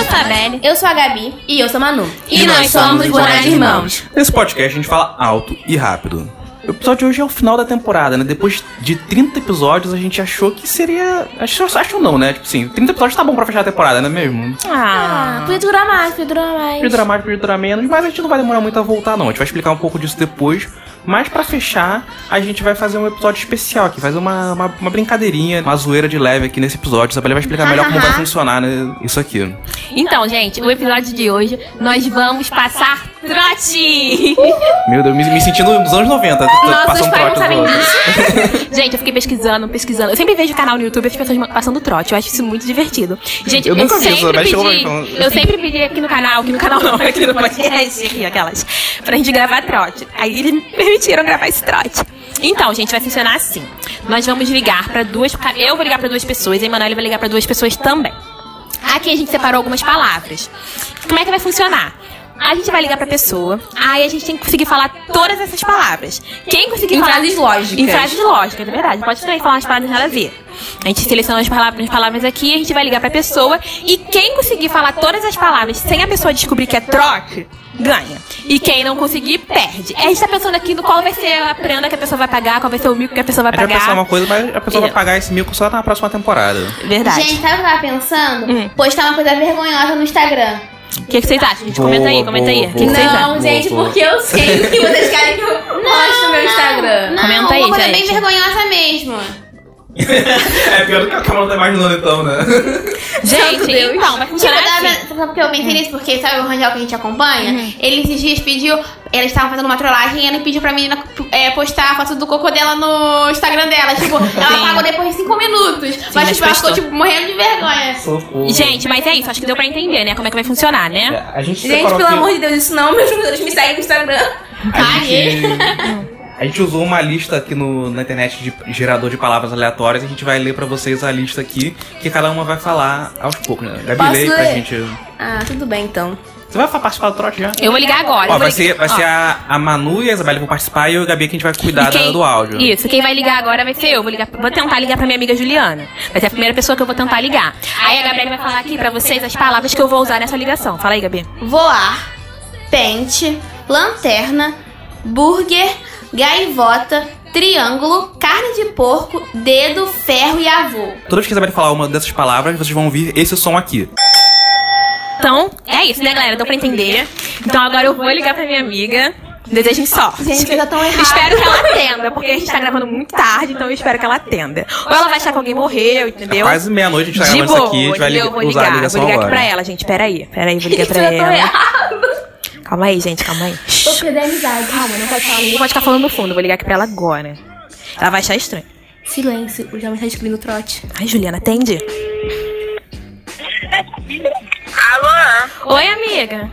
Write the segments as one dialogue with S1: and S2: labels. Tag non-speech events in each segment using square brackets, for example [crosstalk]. S1: Isabelle.
S2: Eu sou a Gabi.
S3: E eu sou a Manu.
S1: E, nós somos Bonais Irmãos.
S4: Nesse podcast a gente fala alto e rápido. O episódio de hoje é o final da temporada, né? Depois de 30 episódios, a gente achou que seria. Acho, acho não, né? Tipo assim, 30 episódios tá bom pra fechar a temporada, não é mesmo?
S2: Ah, podia durar mais, podia durar mais.
S4: Podia durar mais, podia durar menos, mas a gente não vai demorar muito a voltar, não. A gente vai explicar um pouco disso depois. Mas pra fechar, a gente vai fazer um episódio especial aqui, fazer uma, uma, uma brincadeirinha, uma zoeira de leve aqui nesse episódio. Isabela vai explicar melhor como vai funcionar né, isso aqui.
S1: Então, gente, o episódio de hoje nós vamos passar trote!
S4: Meu Deus, me, me sentindo nos anos 90.
S1: Nossa,
S4: passa
S1: os
S4: um
S1: pais não
S4: trote
S1: sabem
S4: nos outros.
S1: disso. [laughs] gente, eu fiquei pesquisando, pesquisando. Eu sempre vejo canal no YouTube as pessoas ma- passando trote. Eu acho isso muito divertido. Gente,
S4: Eu
S1: eu,
S4: nunca vi isso,
S1: sempre
S4: mas
S1: pedi.
S4: chegou alguém falando.
S1: Eu sempre pedi aqui no canal, aqui no canal não, aqui no podcast, aqui, aquelas. Pra gente gravar trote. Aí eles me permitiram gravar esse trote. Então, gente, vai funcionar assim. Nós vamos ligar pra duas. ca- Eu vou ligar pra duas pessoas e a Emanuele vai ligar pra duas pessoas também. Aqui a gente separou algumas palavras. Como é que vai funcionar? A gente vai ligar pra pessoa, aí a gente tem que conseguir falar todas essas palavras. Quem conseguir
S3: Em
S1: falar.
S3: frases lógicas.
S1: Em frases lógicas, é verdade. Pode também falar umas palavras nada a ver. A gente seleciona as palavras, as palavras aqui, a gente vai ligar pra pessoa. E quem conseguir falar todas as palavras sem a pessoa descobrir que é trote, ganha. E quem não conseguir, perde. A gente tá pensando aqui no qual vai ser a prenda que a pessoa vai pagar, qual vai ser o mico que a pessoa vai
S4: A gente vai
S1: pagar.
S4: pensar uma coisa, mas a pessoa vai
S1: É.
S4: pagar esse mico só na próxima temporada.
S1: Verdade.
S2: Gente, sabe o que eu tava pensando?
S1: Hum.
S2: Postar uma coisa vergonhosa no Instagram.
S1: O que, que vocês acham? Gente, comenta aí,
S4: Boa,
S1: comenta aí.
S4: boa,
S1: O que, que
S4: boa.
S1: vocês acham?
S3: Não, gente,
S4: boa.
S3: porque eu sei o que vocês querem que eu poste no meu Instagram.
S2: Não,
S1: Comenta aí,
S2: uma coisa
S1: gente.
S2: bem vergonhosa mesmo.
S4: [laughs] É pior do que a Camila tá imaginando então, né?
S1: Gente,
S3: Santo Deus.
S1: então, vai
S2: Tipo,
S1: funcionar
S2: eu tava-
S1: assim.
S2: sabe por que eu pensei nisso? Porque sabe o Rangel que a gente acompanha?
S1: Uhum.
S2: Ele esses dias pediu, eles estavam fazendo uma trollagem e ele pediu pra menina é, postar a foto do cocô dela no Instagram dela. Tipo, ela
S1: Sim.
S2: pagou depois de 5 minutos. mas
S1: mas
S2: tipo, ela ficou
S1: postou.
S2: tipo, morrendo de vergonha.
S4: Socorro.
S1: Gente, mas é isso, acho que deu pra entender, né? Como é que vai funcionar,
S4: É,
S1: né?
S4: a gente
S3: Gente, pelo amor de Deus, isso não. Meus jogadores me seguem no Instagram.
S4: A
S1: é?
S4: gente, [laughs] a gente usou uma lista aqui no, na internet de gerador de palavras aleatórias. A gente vai ler pra vocês a lista aqui, que cada uma vai falar aos poucos, né? Gabi,
S3: Posso
S4: lê aí pra
S3: ler?
S4: gente.
S3: Ah, tudo bem então.
S4: Você vai fa- participar do trote já?
S1: Eu vou ligar agora. eu
S4: Ó,
S1: vou
S4: vai
S1: ligar-
S4: ser, vai
S1: ó,
S4: ser a, a Manu e a Isabela que vão participar e o Gabi que a gente vai cuidar
S1: e quem-
S4: da- do áudio. né?
S1: Isso, quem vai ligar agora vai ser eu. Vou, ligar, vou tentar ligar pra minha amiga Juliana. Vai ser a primeira pessoa que eu vou tentar ligar. Aí a Gabriela vai falar aqui pra vocês as palavras que eu vou usar nessa ligação. Fala aí, Gabi.
S2: Voar, pente, lanterna, burger, gaivota, triângulo, carne de porco, dedo, ferro e avô.
S4: Toda vez que a Isabela falar uma dessas palavras, vocês vão ouvir esse som aqui.
S1: Então, é isso, né, galera? Deu pra entender. Então agora eu vou ligar pra minha amiga. Desejem sorte.
S2: Gente, eu já tô errada.
S1: Espero que ela atenda, porque a gente tá gravando muito tarde, então eu espero que ela atenda. Ou ela vai achar que alguém morreu, entendeu?
S4: Quase meia-noite a gente tá
S1: De
S4: gravando isso
S1: boa,
S4: aqui. A gente vai
S1: entendeu?
S4: li-
S1: Eu vou
S4: usar
S1: ligar,
S4: a
S1: eu
S4: ligação
S1: vou ligar aqui
S4: agora.
S1: pra ela, gente. Peraí, peraí,
S3: [laughs]
S1: vou ligar pra
S3: Eu tô
S1: ela.
S3: errado.
S1: Calma aí, gente, calma aí.
S3: Vou perder a amizade. Calma, não pode falar.
S1: Não pode ficar falando no fundo, vou ligar aqui pra ela agora. Ela vai achar estranho.
S3: Silêncio, o Jovem tá escrevendo o trote.
S1: Ai, Juliana, atende.
S5: Alô?
S1: Oi, amiga.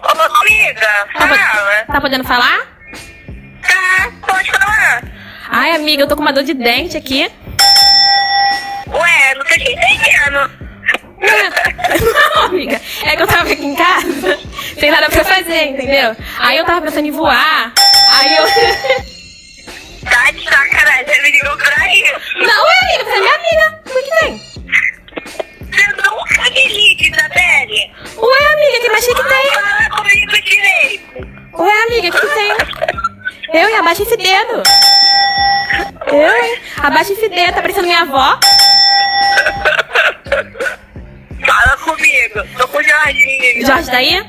S5: Ô, amiga,
S1: Tá, po-
S5: fala.
S1: tá podendo falar?
S5: Tá, pode falar.
S1: Ai, amiga, eu tô com uma dor de dente aqui.
S5: Ué, não tô te entendendo.
S1: Não, [laughs] amiga. É que eu tava aqui em casa, sem nada pra fazer, entendeu? Aí eu tava pensando em voar. Aí eu. [laughs]
S5: Tá de sacanagem, você me ligou pra isso.
S1: Não, é amiga, você é minha amiga. O que que tem?
S5: Você nunca me liga, Isabelle.
S1: Ué, amiga, que mais que tem?
S5: Fala comigo direito.
S1: Ué, amiga, que que tem? Eu, hein? Abaixa esse dedo. Eu, hein? Abaixa esse dedo, tá parecendo minha avó.
S5: Fala comigo. Tô com o Jorginho.
S1: Jorge, daí?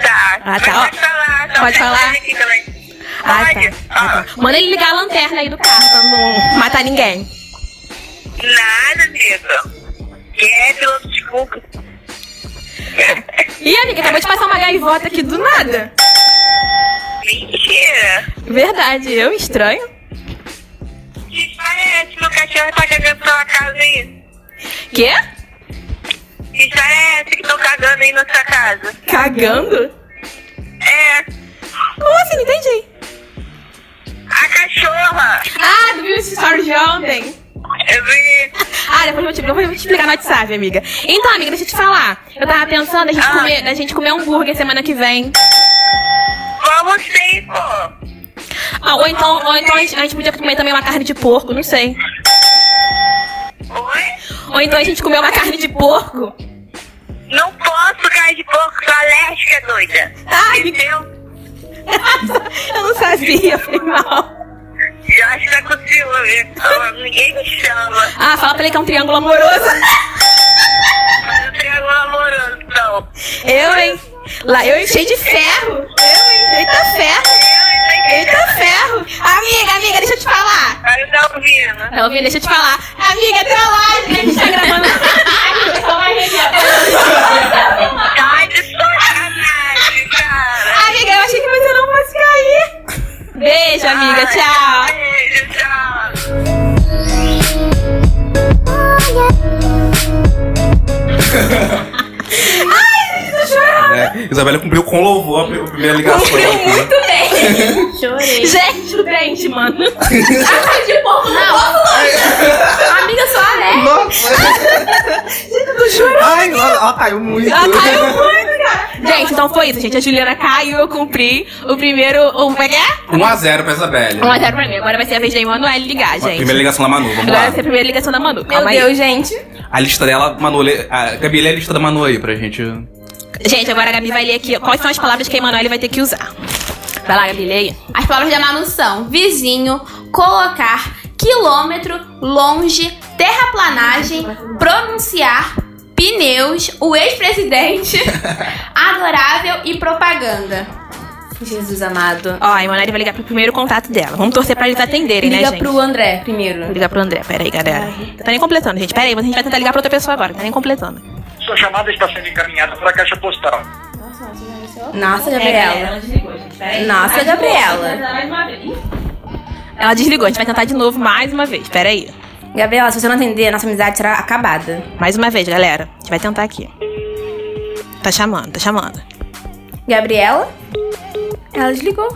S5: Tá.
S1: Ah,
S5: Mas
S1: tá, ó.
S5: Pode falar. tá
S1: Pode falar?
S5: sacanagem aqui também.
S1: Ah, tá.
S5: Pode?
S1: Ah, tá. Manda ele ligar a lanterna aí do carro pra não matar ninguém. tá.
S5: Fala. Nada disso. Que é piloto de cuca.
S1: Ih, amiga, acabou de passar uma gaivota aqui do nada.
S5: Mentira.
S1: Verdade, eu estranho.
S5: Que história é essa? Meu cachorro tá cagando pela casa aí.
S1: Quê?
S5: Que história é essa que estão cagando aí na sua casa?
S1: Cagando?
S5: É,
S1: Como assim? Não entendi.
S5: a cachorra.
S1: Ah, tu viu esse story de ontem?
S5: Eu vi.
S1: Ah, depois eu vou, te, eu vou te explicar no WhatsApp, amiga. Então, amiga, deixa eu te falar. Eu tava pensando da gente,
S5: Ah.
S1: comer, da gente comer hambúrguer semana que vem.
S5: Vamos sim, pô.
S1: Ah, ou então, ou então a, gente, a gente podia comer também uma carne de porco, não sei.
S5: Oi?
S1: Ou então a gente comeu uma carne de porco. [laughs]
S5: Não posso cair de porco, sou alérgica, doida.
S1: Ai.
S5: Entendeu?
S1: Eu não sabia, foi mal.
S5: Já acho que tá com ciúme. Ah, Ninguém me chama.
S1: Ah, fala pra ele que é um triângulo amoroso.
S5: Mas eu tenho algum amoroso, então.
S1: Eu, hein? Lá eu enchei de ferro. Eu, hein? Eita ferro. Eita ferro. Amiga, amiga, deixa eu te falar.
S5: Agora tá ouvindo.
S1: Não, Vini, deixa eu te falar. Amiga, tem uma live que a gente
S3: [laughs]
S1: tá gravando.
S5: Tá de sacanagem, cara.
S1: Amiga, eu achei que você não fosse cair. Beijo, amiga. Tchau.
S5: Beijo, tchau.
S4: É, Isabela cumpriu com louvor a pri- a primeira ligação.
S1: Cumpriu muito bem.
S3: [laughs]
S2: Chorei.
S1: Gente, o dente, mano.
S3: de porco não.
S1: Amiga, só né?
S4: Nossa! Ai, ela, ela caiu muito.
S1: Ela caiu muito, cara. Gente, então foi isso, gente. A Juliana caiu, eu cumpri o primeiro. O, como é que é?
S4: 1x0 pra Isabela.
S1: 1 a 0 pra mim. Agora vai ser a vez da Emanuele ligar, gente.
S4: Primeira ligação da Manu, vamos
S1: Agora
S4: lá.
S1: vai ser a primeira ligação da Manu.
S3: Meu
S1: Calma aí.
S3: Deus, gente.
S4: A lista dela, Manu, lê- a, Gabi, lê a lista da Manu aí pra gente.
S1: Gente, agora a Gabi vai ler aqui quais são as palavras que a Emanuele vai ter que usar. Vai lá, Gabi, leia.
S2: As palavras da Manu são vizinho, colocar, quilômetro, longe, terraplanagem, pronunciar, pneus, o ex-presidente, [laughs] adorável e propaganda.
S3: Jesus amado.
S1: Ó, a Emanuele vai ligar pro primeiro contato dela. Vamos torcer pra eles atenderem, né,
S3: Liga
S1: gente?
S3: pro André
S1: Vou
S3: primeiro.
S1: ligar pro André, peraí, galera. Tá nem completando, gente. Peraí, mas a gente vai tentar ligar pra outra pessoa agora, tá nem completando.
S6: Sua chamada está sendo encaminhada para a caixa postal.
S3: Nossa,
S1: É,
S3: Gabriela. Nossa, Gabriela.
S1: Ela desligou, a gente vai tentar de novo mais uma vez, peraí.
S3: Gabriela, se você não atender, nossa amizade será acabada.
S1: Mais uma vez, galera. A gente vai tentar aqui. Tá chamando, tá chamando.
S3: Gabriela? Ela desligou.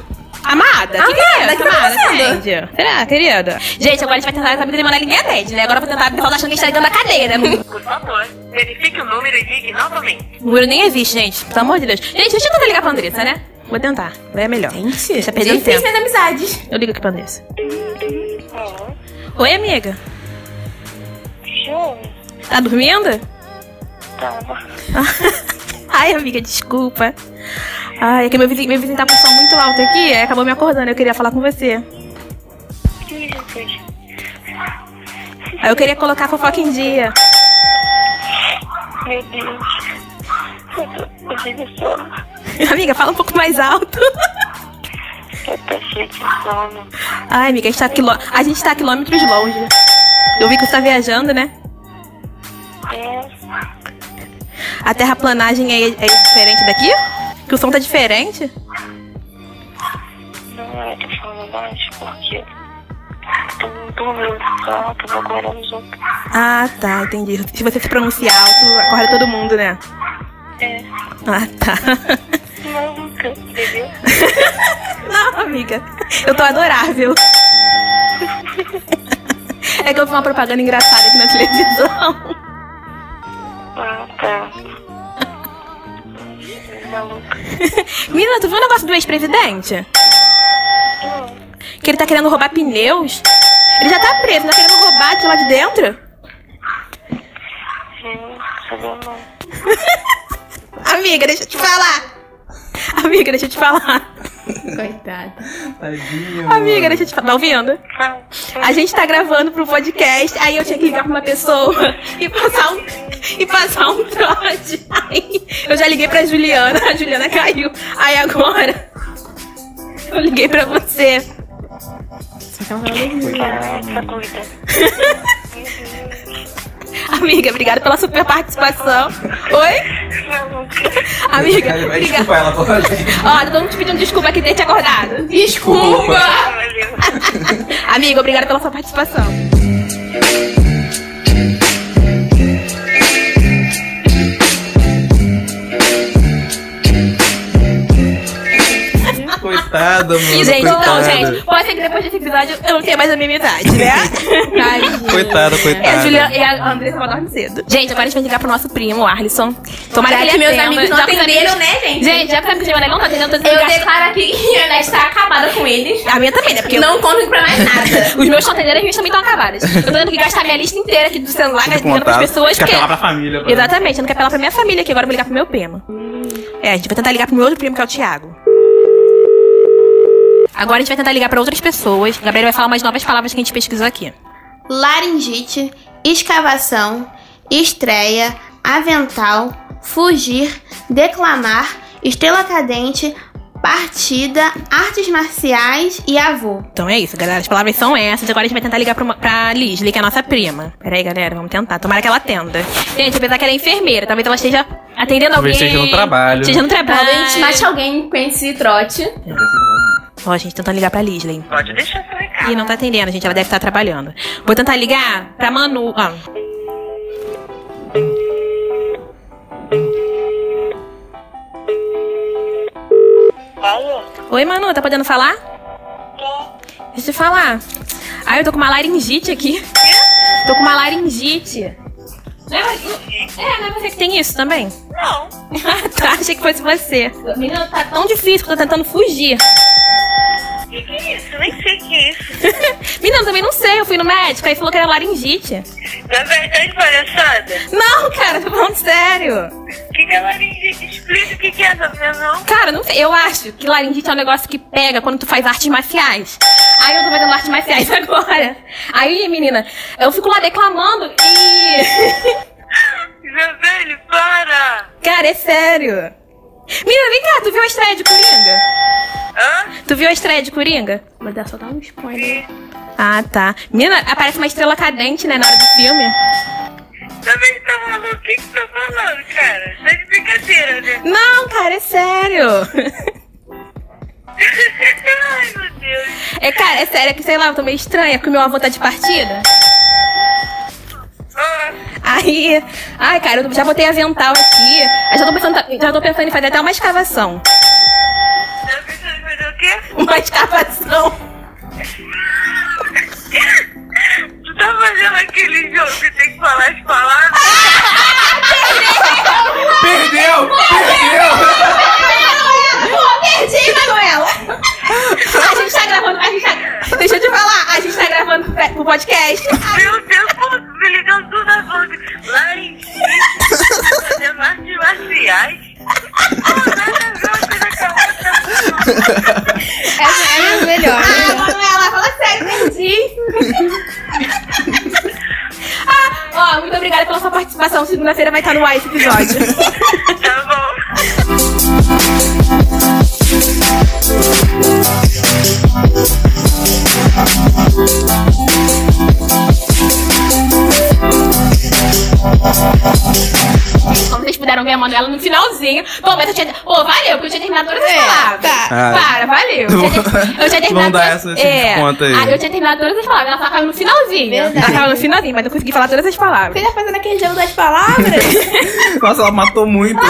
S1: Amada, que
S3: Amada,
S1: é
S3: que
S1: isso,
S3: tá
S1: amada?
S3: acontecendo?
S1: Atende. Será, querida? Gente, agora a gente vai tentar saber que a Emanuele ninguém atende, né? Agora eu vou tentar, o pessoal tá achando que a gente tá ligando a cadeia, né? [laughs]
S5: Por favor, verifique o número e ligue novamente.
S1: O muro nem existe, gente. Pelo amor de Deus. Gente, deixa eu tentar ligar pra Andressa, né? Vou tentar. Vai é melhor.
S3: Gente,
S1: Tá perdendo
S3: difícil
S1: tempo.
S3: minhas amizades.
S1: Eu ligo aqui pra Andressa. Oi, amiga. Tá dormindo? [laughs] Ai, amiga, desculpa. Ai, é que meu vizinho, meu vizinho tá com som muito alto aqui. aí Acabou me acordando. Eu queria falar com você. Aí eu queria colocar a fofoca em dia. [laughs]
S5: Meu Deus. Eu tô- Eu tive sono.
S1: Amiga, fala um pouco mais alto. [laughs]
S5: Eu tô cheio de sono.
S1: Ai, amiga, a gente tá, quilô... a gente tá quilômetros longe. Eu vi que você tá viajando, né?
S5: É.
S1: A terraplanagem é, é diferente daqui? Que o som tá diferente?
S5: Não é, tô falando mais porque tô não dormindo tanto, vou agora nos outros.
S1: Ah, tá, entendi. Se você se pronunciar alto, acorda todo mundo, né?
S5: É.
S1: Ah, tá. [laughs]
S5: Não, nunca, entendeu?
S1: Não, amiga. Eu tô adorável. É que eu vi uma propaganda engraçada aqui na televisão.
S5: Ah, tá. Maluca.
S1: Menina, tu viu o negócio do ex-presidente? Que ele tá querendo roubar pneus? Ele já tá preso, não tá querendo roubar de lá de dentro?
S5: Não, sabia não.
S1: Amiga, deixa eu te falar. Amiga, deixa eu te falar.
S2: Coitada.
S4: Tadinho.
S1: Amiga, deixa eu te falar. Tá ouvindo?
S5: Não.
S1: A gente tá gravando pro podcast, aí eu tinha que ligar pra uma pessoa [laughs] e passar um, e passar um trote. Aí eu já liguei pra Juliana, a Juliana caiu. Aí agora eu liguei pra você.
S5: Caraca, doida.
S1: Amiga, obrigada pela super participação. Oi?
S5: Maluca.
S1: Amiga,
S4: Vai
S1: obrigada.
S4: desculpar ela toda gente.
S1: Ó, todo mundo te pedindo desculpa aqui ter te acordado.
S4: Desculpa.
S5: Valeu.
S1: Amiga, obrigada pela sua participação.
S4: [laughs] Coitada, mano.
S1: E, gente,
S4: coitada.
S1: então, gente, pode ser que depois desse episódio eu não tenha mais a minha idade, né?
S4: [laughs]
S1: Tadinha.
S4: Coitada,
S2: É,
S1: E É, a
S4: coitada.
S1: Julia e a Andressa vão dormir cedo. Gente, agora a gente vai ligar pro nosso primo, o Arlisson. Tomara
S2: Já
S1: que,
S2: que
S1: ele
S2: meus
S1: atenda.
S2: amigos não
S1: Já que os
S2: atenderam,
S1: amigos-
S2: né, gente?
S1: Gente, já que os amigos de Mané não tá atendendo, eu tô
S2: Eu
S1: desligando.
S2: declaro aqui que a Ana está acabada com eles.
S1: A minha também, né? Porque
S2: Não conto pra mais nada.
S1: [laughs] os meus estão atendendo e as minhas também estão acabadas. Eu tô tendo que gastar minha lista inteira aqui do celular,
S4: Tudo
S1: ligando pras
S4: contado.
S1: pessoas.
S4: Fica
S1: porque-
S4: apelar pra família. pra-
S1: Exatamente, eu não quero apelar pra minha família aqui, agora eu vou ligar pro meu primo. É, a gente vai tentar ligar pro meu outro primo, que é o Thiago. Agora a gente vai tentar ligar pra outras pessoas. O Gabriel vai falar umas novas palavras que a gente pesquisou aqui.
S2: Laringite, escavação, estreia, avental, fugir, declamar, estrela cadente, partida, artes marciais e avô.
S1: Então é isso, galera. As palavras são essas. Agora a gente vai tentar ligar pra, uma- pra Lisley, que é a nossa prima. Pera aí, galera. Vamos tentar. Tomara que ela atenda. Gente, apesar que ela é enfermeira, talvez ela esteja atendendo alguém.
S4: Talvez esteja no trabalho.
S1: Esteja no trabalho.
S3: Talvez mate alguém com esse trote.
S1: Ó, a gente tentando ligar pra Lisley.
S5: Pode deixar seu recado.
S1: Ih, não tá atendendo, gente. Ela deve estar trabalhando. Vou tentar ligar pra Manu. Ah.
S5: Alô?
S1: Oi, Manu. Tá podendo falar?
S5: Tô.
S1: Deixa eu falar. Ah, eu tô com uma laringite aqui. Tô com uma laringite. Não é você- É, não é você que tem isso também?
S5: Não.
S1: Ah, [laughs] tá. Achei que fosse você. Menina, tá tão difícil que eu tô tentando fugir. [laughs]
S5: O que, que é isso? Nem sei o que é isso.
S1: Menina, eu também não sei. Eu fui no médico, aí falou que era laringite.
S5: Na verdade, palhaçada.
S1: Não, cara, tô falando sério.
S5: O que, que é laringite? Explica o que, que é essa não?
S1: Cara, não sei. Eu acho que laringite é um negócio que pega quando tu faz artes marciais. Aí eu tô fazendo artes marciais [laughs] agora. Aí, menina, eu fico lá declamando e. [laughs]
S5: Isabelle, para!
S1: Cara, é sério. Menina, vem cá, tu viu a estreia de Coringa?
S5: Hã?
S1: Tu viu a estreia de Coringa?
S3: Vou dar só dar um spoiler.
S5: E,
S1: Ah, tá. Menina, aparece uma estrela cadente, né, na hora do filme.
S5: também tá maluco? O que, que tá falando, cara? Tá de brincadeira, né? [laughs]
S1: Não, cara, é sério.
S5: Ai, meu Deus.
S1: É, cara, é sério, é que sei lá, eu tô meio estranha, porque o meu avô tá de partida.
S5: Ah,
S1: Aí, ai, cara, eu já botei avental aqui. Aí já tô pensando, já tô pensando em fazer até uma escavação. [laughs]
S5: tá pensando em fazer o quê?
S1: Uma escavação.
S5: Tu tá fazendo aquele jogo que tem que falar as palavras?
S4: Perdeu! Perdeu!
S1: Perdi, Manuela. A gente tá gravando, a gente tá... Deixa eu te falar, a gente tá gravando pro pe- pro podcast.
S5: Meu Deus, como tu me ligando tudo na boca? Laringite, [laughs] fazer artes marciais. Não, nada a ver uma coisa com a outra.
S2: Essa é a melhor.
S1: Ah, Manuela, fala sério, perdi. ah, ó, muito obrigada pela sua participação. Segunda-feira vai estar no ar esse episódio.
S5: Tá bom.
S1: Como vocês puderam ver a Manuela no finalzinho. Bom, mas eu tinha. Pô, valeu, porque eu tinha terminado todas as palavras.
S2: tá.
S4: Ah.
S1: Para, valeu. Eu tinha, ter- eu tinha terminado.
S4: Vamos dar
S1: todas-
S4: essa- esse desconto aí.
S1: Ah, eu tinha terminado todas as palavras. Ela só acaba no finalzinho.
S2: Verdade.
S1: Ela acaba no finalzinho, mas eu consegui falar todas as palavras.
S2: Você tá fazendo aquele jogo das palavras?
S4: Nossa, ela matou [laughs] muito.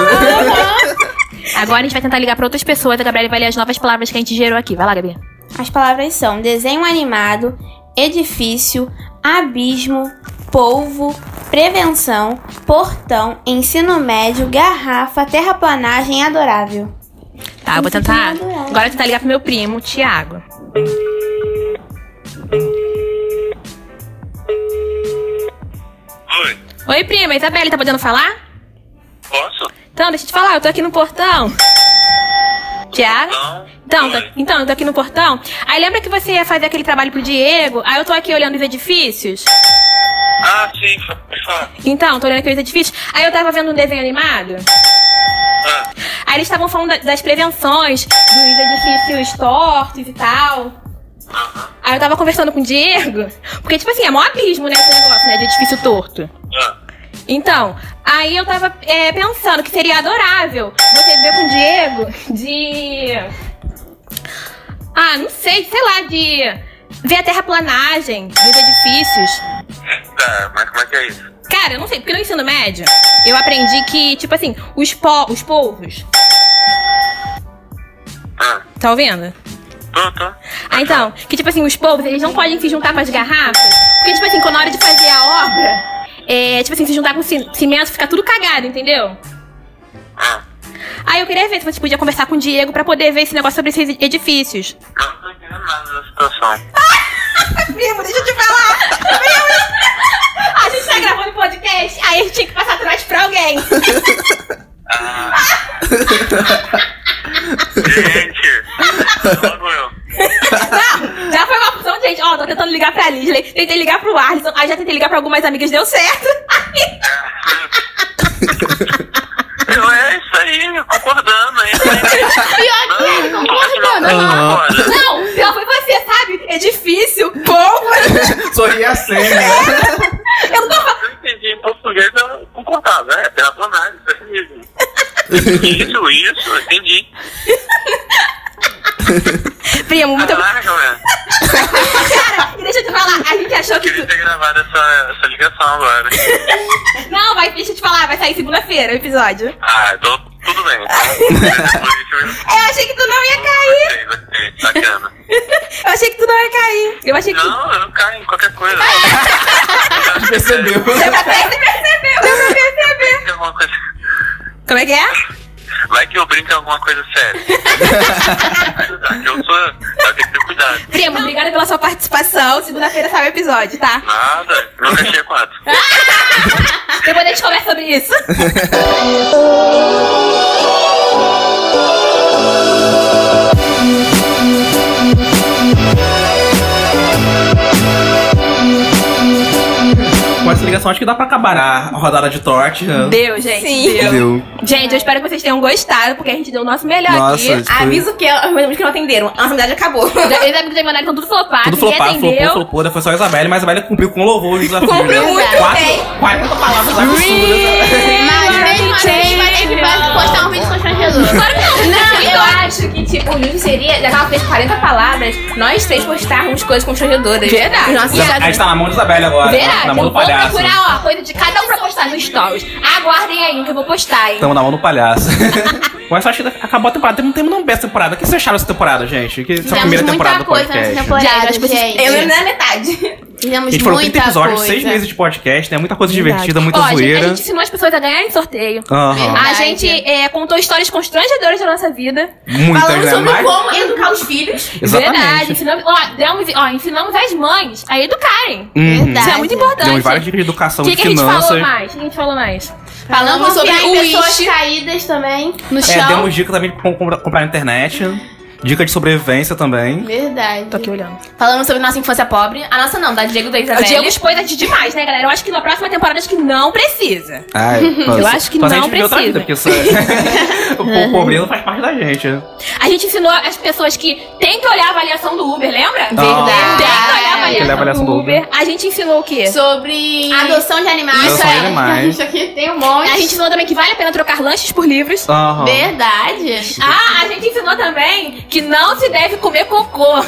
S1: Agora a gente vai tentar ligar pra outras pessoas. A Gabriela vai ler as novas palavras que a gente gerou aqui. Vai lá, Gabi.
S2: [laughs] As palavras são desenho animado, edifício, abismo, polvo, prevenção, portão, ensino médio, garrafa, terraplanagem adorável.
S1: Tá, eu vou tentar.
S2: Obrigada, Ellen.
S1: Agora eu vou tentar ligar pro meu primo, o Thiago.
S6: Oi,
S1: Oi, prima, a Isabelle, tá podendo falar?
S6: posso?
S1: Então, deixa eu te falar, eu tô aqui no portão. Tiago?
S6: Não.
S1: Então, tô-
S6: Oi.
S1: então, eu tô aqui no portão. Aí lembra que você ia fazer aquele trabalho pro Diego? Aí eu tô aqui olhando os edifícios.
S6: Ah, sim, pode falar.
S1: Então, tô olhando aqueles edifícios. Aí eu tava vendo um desenho animado.
S6: Ah,
S1: Aí eles estavam falando da- das prevenções, dos edifícios tortos e tal. Aí eu tava conversando com o Diego, porque, tipo assim, é mó abismo, né, esse negócio, né, de edifício torto.
S6: ah.
S1: Então, aí eu tava é, pensando que seria adorável você ver com o Diego de. Ah, não sei, sei lá, de. Ver a terraplanagem dos edifícios.
S6: Tá, mas como é que é isso?
S1: Cara, eu não sei, porque no ensino médio eu aprendi que, tipo assim, os, po os povos.
S6: Ah,
S1: Tá ouvindo?
S6: Tô, tô.
S1: Ah, então, que tipo assim, os povos, eles não podem se juntar com as garrafas, porque tipo assim, quando na hora de fazer a obra, é, tipo assim, se juntar com ci- cimento, fica tudo cagado, entendeu?
S6: Ah,
S1: Aí eu queria ver se você podia conversar com o Diego pra poder ver esse negócio sobre esses edifícios.
S6: não tô entendendo nada da situação.
S1: [laughs] A gente tá gravando podcast, aí a gente tinha que passar atrás pra alguém.
S6: Gente, logo eu.
S1: Não, já foi uma opção, gente. Ó, tô tentando ligar pra Lisley, tentei ligar pro Arlisson, aí já tentei ligar pra algumas amigas, deu certo. [laughs]
S6: Eu, é isso aí, concordando, é isso aí.
S2: Pior que ele concordando. né? aham.
S1: Não, pior foi você, sabe? Edifício, povo. [laughs]
S4: Sorri a cena.
S1: Eu não tô falando.
S6: Eu entendi em português, eu concordava, é peatonagem, isso aí mesmo. Isso, isso, eu entendi.
S1: Primo, muito obrigada.
S6: Caraca, velho.
S1: Cara, e deixa eu te falar, a gente achou que.
S6: Queria
S1: tu-
S6: ter gravado essa, essa ligação agora.
S1: Não, vai, deixa eu te falar, vai sair segunda-feira o episódio.
S6: Ah, tô, tudo
S2: [laughs]
S6: bem. Depois
S1: Eu achei que tu não ia cair.
S6: eu- Gostei, gostei, bacana.
S1: Eu achei que tu não ia cair. Eu achei que.
S6: Não, eu caio em qualquer coisa.
S4: [laughs] Percebeu?
S1: Deu pra per- você percebeu, deu pra perceber.
S6: Tem alguma coisa-
S1: Como é que é?
S6: Vai que eu brinco em alguma coisa séria. eu sou. Eu tenho que ter cuidado.
S1: Primo, obrigada pela sua participação. Segunda-feira sai o episódio, tá?
S6: Nada, nunca achei quatro.
S1: Depois a gente conversa sobre isso.
S4: Com essa ligação, acho que dá pra acabar a rodada de torte. né?
S1: Deu, gente.
S2: Sim.
S1: Deu.
S4: Deu.
S1: Gente, eu espero que vocês tenham gostado, porque a gente deu o nosso melhor
S4: Nossa,
S1: aqui.
S4: isso foi-
S3: Aviso que as meninas que não atenderam. A nossa amizade
S1: [laughs]
S3: acabou.
S1: Os amigos da Imanari estão então, tudo flopados,
S4: Tudo flopado,
S1: ninguém
S4: flopou,
S1: atendeu.
S4: flopou, daí foi só a Isabelle, mas a Isabelle cumpriu com louvor o desafio.
S1: Cumpriu
S4: né?
S1: muito
S4: Quatro-
S1: bem.
S4: 40 palavras absurdas.
S2: Mas mesmo assim, vai ter que postar um vídeo constrangedor.
S3: Claro que não. Não, eu acho que, tipo, o justo seria, já que ela fez 40 palavras, nós três postarmos coisas constrangedoras. Os
S1: Verdade.
S3: nossos
S4: A gente tá na mão de Isabelle agora, né?
S3: Verdade,
S1: Então
S4: na
S3: eu
S4: mão
S3: vou
S4: do palhaço.
S3: procurar, ó, coisa de cada um pra postar nos stories. Aguardem aí que eu vou postar,
S1: um.
S3: hein.
S4: Estamos na mão do palhaço. [laughs] Mas eu acho que acabou a temporada. Tem, tem não besta temporada. O que vocês acharam dessa temporada, gente? Que essa é a
S2: Fizemos
S4: primeira temporada
S2: muita
S4: do
S2: coisa nessa
S4: podcast.
S2: temporada,
S3: Já, já, tipo,
S2: gente.
S3: Eu lembro da metade.
S4: a
S2: Fizemos
S4: gente falou 30
S2: muita
S4: episódios,
S2: coisa.
S4: 6 meses de podcast, né? Muita coisa divertida, muita
S1: Ó, gente, a
S4: zoeira.
S1: gente ensinou as pessoas a ganharem sorteio.
S4: Aham.
S1: A
S2: Verdade.
S1: gente é, contou histórias constrangedoras da nossa vida.
S4: Muitas,
S3: Falando
S4: né?
S3: sobre
S4: Mas-
S3: como educar os filhos.
S1: Verdade.
S4: Exatamente.
S1: Ensinamos, ó, demos, ó, ensinamos as mães a educarem.
S4: Uhum.
S1: Isso é muito importante.
S4: Demos várias dicas de
S1: O
S4: educação,
S1: que,
S4: de
S1: que a gente falou
S4: finanças.
S1: mais? O que a gente falou mais?
S2: Falamos sobre
S3: Vamos
S2: o
S3: ver
S2: pessoas
S3: Wish.
S2: caídas também no
S4: É,
S2: chão.
S4: demos dica também de como comprar comprar na internet. Dica de sobrevivência também. Tá
S2: Verdade.
S1: Tô Tá aqui olhando.
S3: Falando sobre nossa infância pobre. A nossa não, da Diego da
S2: Tá
S1: O
S3: Isabel.
S1: Diego expôs a gente demais, né, galera? Eu acho que na próxima temporada acho que não precisa.
S4: Ai,
S1: [laughs] Eu acho que
S4: mas a
S1: não
S4: gente viveu outra
S1: precisa.
S4: vida, porque isso
S1: [laughs]
S4: é- o pobre não faz parte da gente.
S1: A gente ensinou as pessoas que tem que olhar a avaliação do Uber, lembra?
S4: Verdade.
S1: Tem que olhar a
S4: Tem que
S1: avaliação,
S4: olhar a avaliação
S1: do,
S4: do
S1: Uber.
S4: Uber.
S1: A gente ensinou o quê?
S2: Sobre adoção de animais.
S4: Adoção de
S2: é.
S4: animais.
S2: Isso aqui tem um monte.
S1: A gente ensinou também que vale a pena trocar lanches por livros.
S4: Aham.
S2: Verdade.
S1: Ah, a gente ensinou também que não se deve comer [laughs] cocô.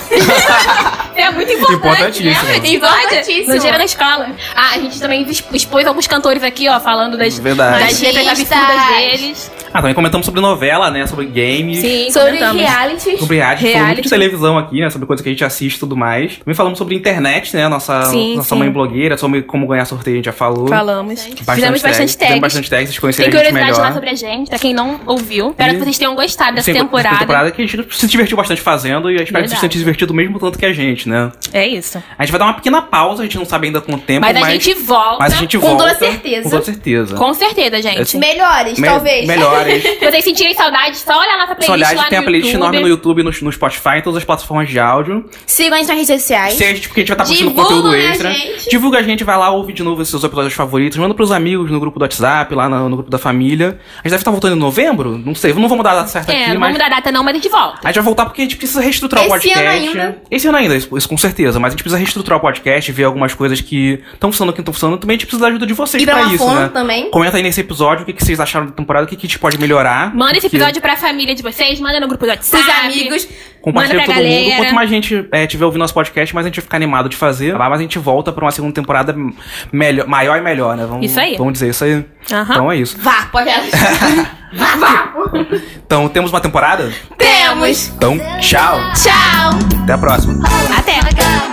S1: é muito importante.
S4: Importantíssimo.
S1: Né? Importante.
S2: Importantíssimo.
S1: No dia na escola. Ah, a gente também exp- expôs alguns cantores aqui, ó, falando das,
S4: Verdade.
S1: das letras
S2: Machistas.
S1: absurdas deles.
S4: Ah, também comentamos sobre novela, né? Sobre games.
S1: Sim,
S3: Sobre
S1: comentamos.
S3: realities.
S4: Sobre reality,
S1: Reality.
S4: falamos muito de televisão aqui, né? Sobre coisa que a gente assiste e tudo mais. Também falamos sobre internet, né? Nossa,
S1: Sim,
S4: nossa
S1: sim.
S4: mãe blogueira, sobre como ganhar sorteio, a gente já falou.
S1: Falamos. Fizemos bastante
S4: Fizemos
S1: tags.
S4: bastante tags, vocês
S1: Tem
S4: conhecerem a gente
S1: curiosidade
S4: melhor.
S1: lá sobre a gente, pra quem não ouviu. Espero que vocês tenham gostado dessa
S4: Sempre-
S1: temporada.
S4: temporada que a gente se divertiu bastante fazendo e eu espero que vocês
S1: Verdade.
S4: tenham se divertido o mesmo tanto que a gente, né?
S1: É isso.
S4: A gente vai dar uma pequena pausa, a gente não sabe ainda quanto tempo,
S1: Mas,
S4: mas,
S1: a gente volta.
S4: mas a gente
S1: com
S4: volta.
S1: toda certeza.
S4: Com toda certeza. É
S1: Com certeza, gente.
S4: Esse-
S2: Melhores,
S4: Me-
S1: [laughs]
S2: talvez.
S4: Melhores.
S1: Se vocês sentirem saudade, só olha a nossa
S4: Se
S1: playlist
S4: olhar, a
S1: lá
S4: gente
S1: no
S4: tem a playlist
S1: YouTube.
S4: enorme no YouTube, no, no Spotify, em todas as plataformas de áudio.
S3: Sigam a gente nas redes sociais.
S4: Se a gente, porque a gente vai estar postando
S2: Divulga
S4: conteúdo
S2: a
S4: extra.
S2: gente.
S4: Divulga a gente, vai lá, ouve de novo os seus episódios favoritos, manda pros amigos no grupo do WhatsApp, lá no, no grupo da família. A gente deve estar voltando em novembro? Não sei, não vou mudar a data certa
S1: É,
S4: aqui,
S1: não
S4: mas.
S1: vamos dar data não, mas a gente volta.
S4: A gente vai voltar porque a gente precisa reestruturar o
S2: Esse
S4: podcast.
S2: ano ainda.
S4: Esse ano ainda, isso, isso com certeza. Mas a gente precisa reestruturar o podcast, ver algumas coisas que estão funcionando, que não estão funcionando. Também a gente precisa da ajuda de vocês
S3: E pra
S4: pra
S3: uma
S4: isso,
S3: fonte
S4: né?
S3: também.
S4: Comenta aí nesse episódio o que, que vocês acharam da temporada, o que, que a gente pode melhorar.
S1: Manda esse
S4: Porque
S1: episódio pra família de vocês, manda no grupo do WhatsApp.
S3: Os amigos.
S4: Compartilha
S1: manda
S4: com
S1: pra
S4: todo mundo.
S1: galera.
S4: Quanto mais gente é, tiver ouvindo nosso podcast, mais a gente vai ficar animado de fazer. Lá, mas a gente volta pra uma segunda temporada melhor, maior e melhor, né? Vamos,
S1: Isso aí.
S4: Vamos dizer isso aí.
S1: Aham.
S4: Então é isso.
S2: Vá, pode
S4: Então, temos uma temporada?
S1: Temos!
S4: Então, tchau.
S1: Tchau!
S4: Até a próxima.
S7: Até.